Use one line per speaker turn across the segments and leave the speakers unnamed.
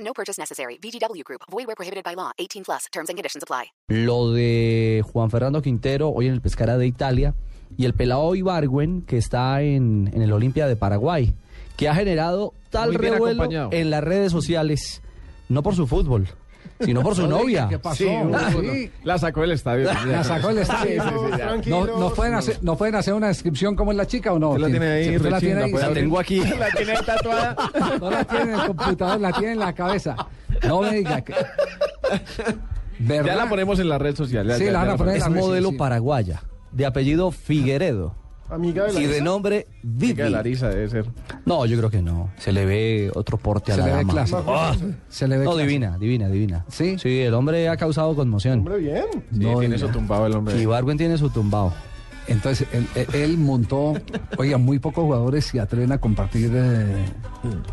No purchase necessary. VGW Group. Void where prohibited by law. 18 plus. Terms and conditions apply.
Lo de Juan Fernando Quintero, hoy en el Pescara de Italia, y el pelado Ibargüen, que está en, en el Olimpia de Paraguay, que ha generado tal
Muy bien
revuelo
acompañado.
en las redes sociales, no por su fútbol, sino por su novia.
¿Qué pasó?
Sí, bueno,
Ah, Sí.
la sacó del estadio.
La sacó el estadio.
Sí, sí, sí, ya.
¿No- ¿Nos, pueden hacer, ¿Nos pueden hacer una descripción cómo es la chica o no?
Usted la tiene ahí,
¿Usted la
rechinda,
tiene ahí?
pues. aquí.
¿Sí?
La tiene ahí tatuada.
No la tiene en el computador, la tiene en la cabeza. No me diga que... ¿Verdad?
Ya la ponemos en la red social. ya,
Sí,
ya,
la
ya
van a poner.
Es
Sí,
modelo
sí.
paraguaya, de apellido Figueredo
Amiga de la
y de
Isa.
nombre
Chica de
Vivi.
Larisa debe ser.
No, yo creo que no. Se le ve otro porte a
Se
la
le ve
dama.
clase.
Ah,
Se le ve
no,
clase.
divina, divina, divina.
¿Sí?
Sí, el hombre ha causado conmoción.
Hombre, bien.
Sí,
No,
tiene
ya.
eso tumbado el hombre.
Ibargüen tiene su tumbado.
Entonces, él, él- él montó... Oiga, muy pocos jugadores se atreven a compartir eh,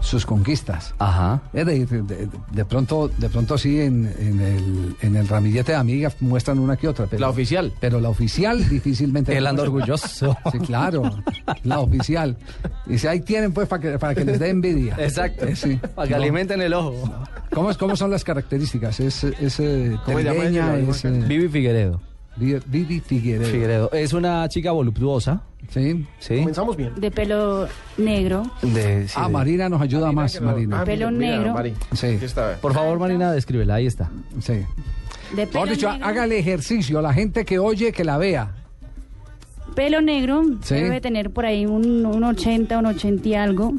sus conquistas.
Ajá.
Es decir, de, de pronto, de pronto sí, en, en el, en el ramillete de amigas muestran una que otra. Pero,
La oficial.
Pero la oficial difícilmente.
Él anda orgulloso.
Sí, claro. La oficial. Y si ahí tienen, pues, para que, para que les dé envidia.
Exacto.
Eh, sí.
Para que
No.
alimenten el ojo.
¿Cómo, es- ¿Cómo son las características? ¿Es, es eh,
¿Cómo se llama
trigueña?
ella?
¿Es, eh,
Vivi Figueredo.
Vi- Vivi Figueredo?
Figueredo. Es una chica voluptuosa.
Sí.
Sí.
Comenzamos bien.
de pelo negro,
De- sí,
Ah,
de-
Marina nos ayuda más, Marina.
Ah,
Pelo
mira,
negro.
Mari.
Sí.
Aquí está.
Por favor, Marina, descríbela. Ahí está.
Sí.
de pelo
Mejor dicho,
negro,
hágale ejercicio. La gente que oye, que la vea.
pelo negro,
Sí.
debe tener por ahí un, un 80, un 80 y algo,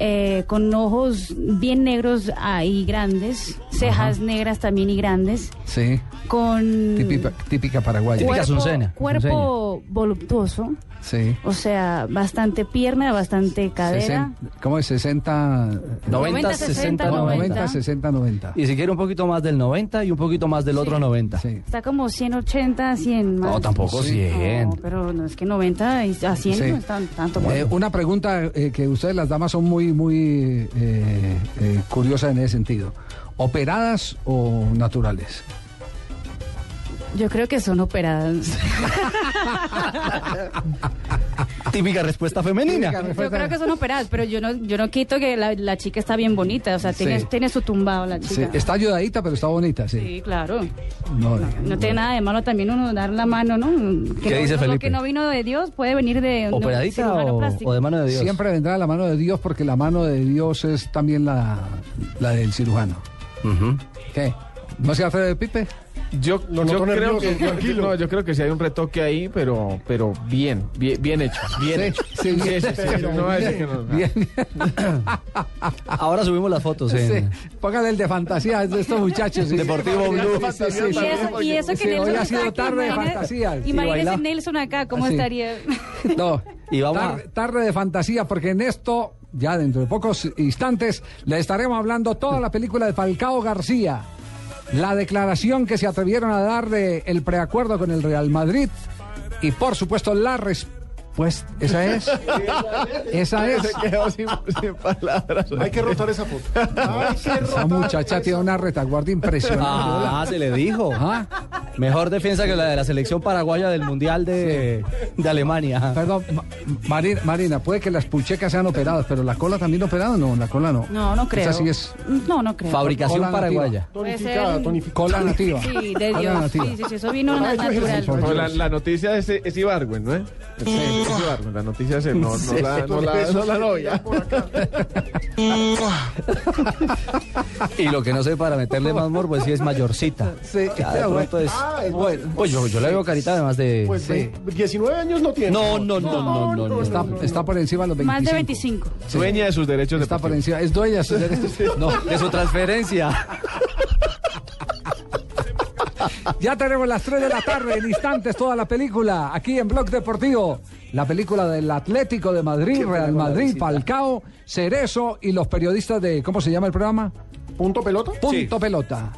eh, con ojos bien negros ahí grandes, cejas negras también y grandes,
Sí.
con
Típica, típica paraguaya.
Típica
cuerpo,
Azucena,
cuerpo voluptuoso,
Sí.
o sea, bastante pierna, bastante cadera.
Sesen- ¿Cómo es? 60.
90,
90,
60, 90.
90, 60, 90.
Y si quiere un poquito más del 90 y un poquito más del otro 90.
Sí.
Está como 180, 100 más.
No, tampoco
Sí.
100.
No, pero no es que 90 y a 100
Sí.
no es tan, tanto.
Eh, una pregunta eh, que ustedes las damas son muy, muy eh, eh, curiosas en ese sentido. ¿Operadas o naturales?
Yo creo que son operadas.
Típica respuesta femenina.
Yo creo que son operadas, pero yo no, yo no quito que la, la chica está bien bonita, o sea, tiene,
Sí.
tiene su tumbado la
Sí,
chica.
Está ayudadita, pero está bonita, sí.
Sí, claro.
No,
No tiene nada de malo también uno dar la mano, ¿no? Que
¿Qué
no-
dice
lo
Felipe?
que no vino de Dios puede venir de un
¿Operadita
cirujano
o,
plástico.
o de mano de Dios?
Siempre vendrá la mano de Dios porque la mano de Dios es también la, la del cirujano.
Ujú.
¿Qué? ¿No se hace de Pipe?
Yo,
Lo noto
yo creo
nervioso,
que,
tranquilo.
no, yo creo que sí hay un retoque ahí, pero, pero bien, bien, bien hecho, bien
Sí,
hecho.
sí, bien.
sí, no va a decir que no.
Bien.
Ahora subimos las fotos en...
Sí, Póngale el de fantasías de estos muchachos. sí.
Deportivo Blue.
Sí, sí,
Y
sí.
eso, y eso que
Sí,
Nelson
hoy ha
está
sido
aquí,
tarde de
imagínese-
fantasías.
y baila.
Imagínese Nelson acá, ¿cómo
Así.
estaría?
No,
Y vamos
tar-
a-
tarde de fantasía, porque en esto, ya dentro de pocos instantes, le estaremos hablando toda la película de Falcao García. La declaración que se atrevieron a dar de el preacuerdo con el Real Madrid. Y por supuesto, la respuesta. ¿Esa es? Esa es.
Se quedó sin, sin palabras.
Hay que rotar esa foto. Hay que
Esa
rotar.
muchacha tiene una retaguardia impresionante. ¿Ah?
Ah, se le dijo.
Ajá.
Mejor defensa que la de la selección paraguaya del Mundial de, de Alemania.
Perdón, Ma- Marina, Marina, puede que las puchecas sean operadas, pero la cola también operada, no, la cola no.
No, no creo.
Esa sí es
No, no creo.
Fabricación
Hola,
paraguaya.
Puede ser
Tonificada,
un-
tonificada.
cola nativa.
Sí, de
Cola
Dios.
nativa.
Sí, sí, sí, eso vino
Ah, yo-
natural.
Por
Pero
Dios.
la, la noticia es, es Ibargüen, ¿no? Es, es Ibargüen, la noticia es él, no, no, la, no, la, no la novia.
Y lo que no sé para meterle más morbo es si es mayorcita.
Sí,
Ya, de pronto es...
Ah, es
Bueno.
Oye, yo, yo le veo carita además de...
Pues
Sí.
19 años no tiene.
No, no, no, no, no, no.
Está, está por encima de los 25.
Más de 25.
Sí.
Dueña de sus derechos
Está por
deportivos.
encima. Es dueña. sus derechos. No.
De su transferencia.
Ya tenemos las 3 de la tarde, en instantes, toda la película, aquí en Blog Deportivo. La película del Atlético de Madrid, Real Madrid, Falcao, Cerezo y los periodistas de, ¿cómo se llama el programa?
¿Punto pelota?
Punto pelota.